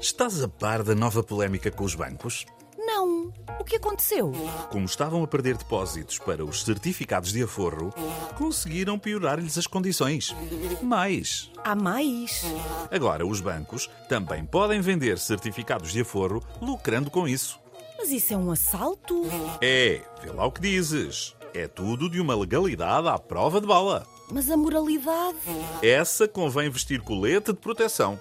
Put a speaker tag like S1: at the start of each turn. S1: Estás a par da nova polémica com os bancos?
S2: Não! O que aconteceu?
S1: Como estavam a perder depósitos para os certificados de aforro, conseguiram piorar-lhes as condições. Mais,
S2: Há mais!
S1: agora os bancos também podem vender certificados de aforro lucrando com isso.
S2: Mas isso é um assalto?
S1: É, vê lá o que dizes. É tudo de uma legalidade à prova de bala.
S2: Mas a moralidade?
S1: Essa convém vestir colete de proteção.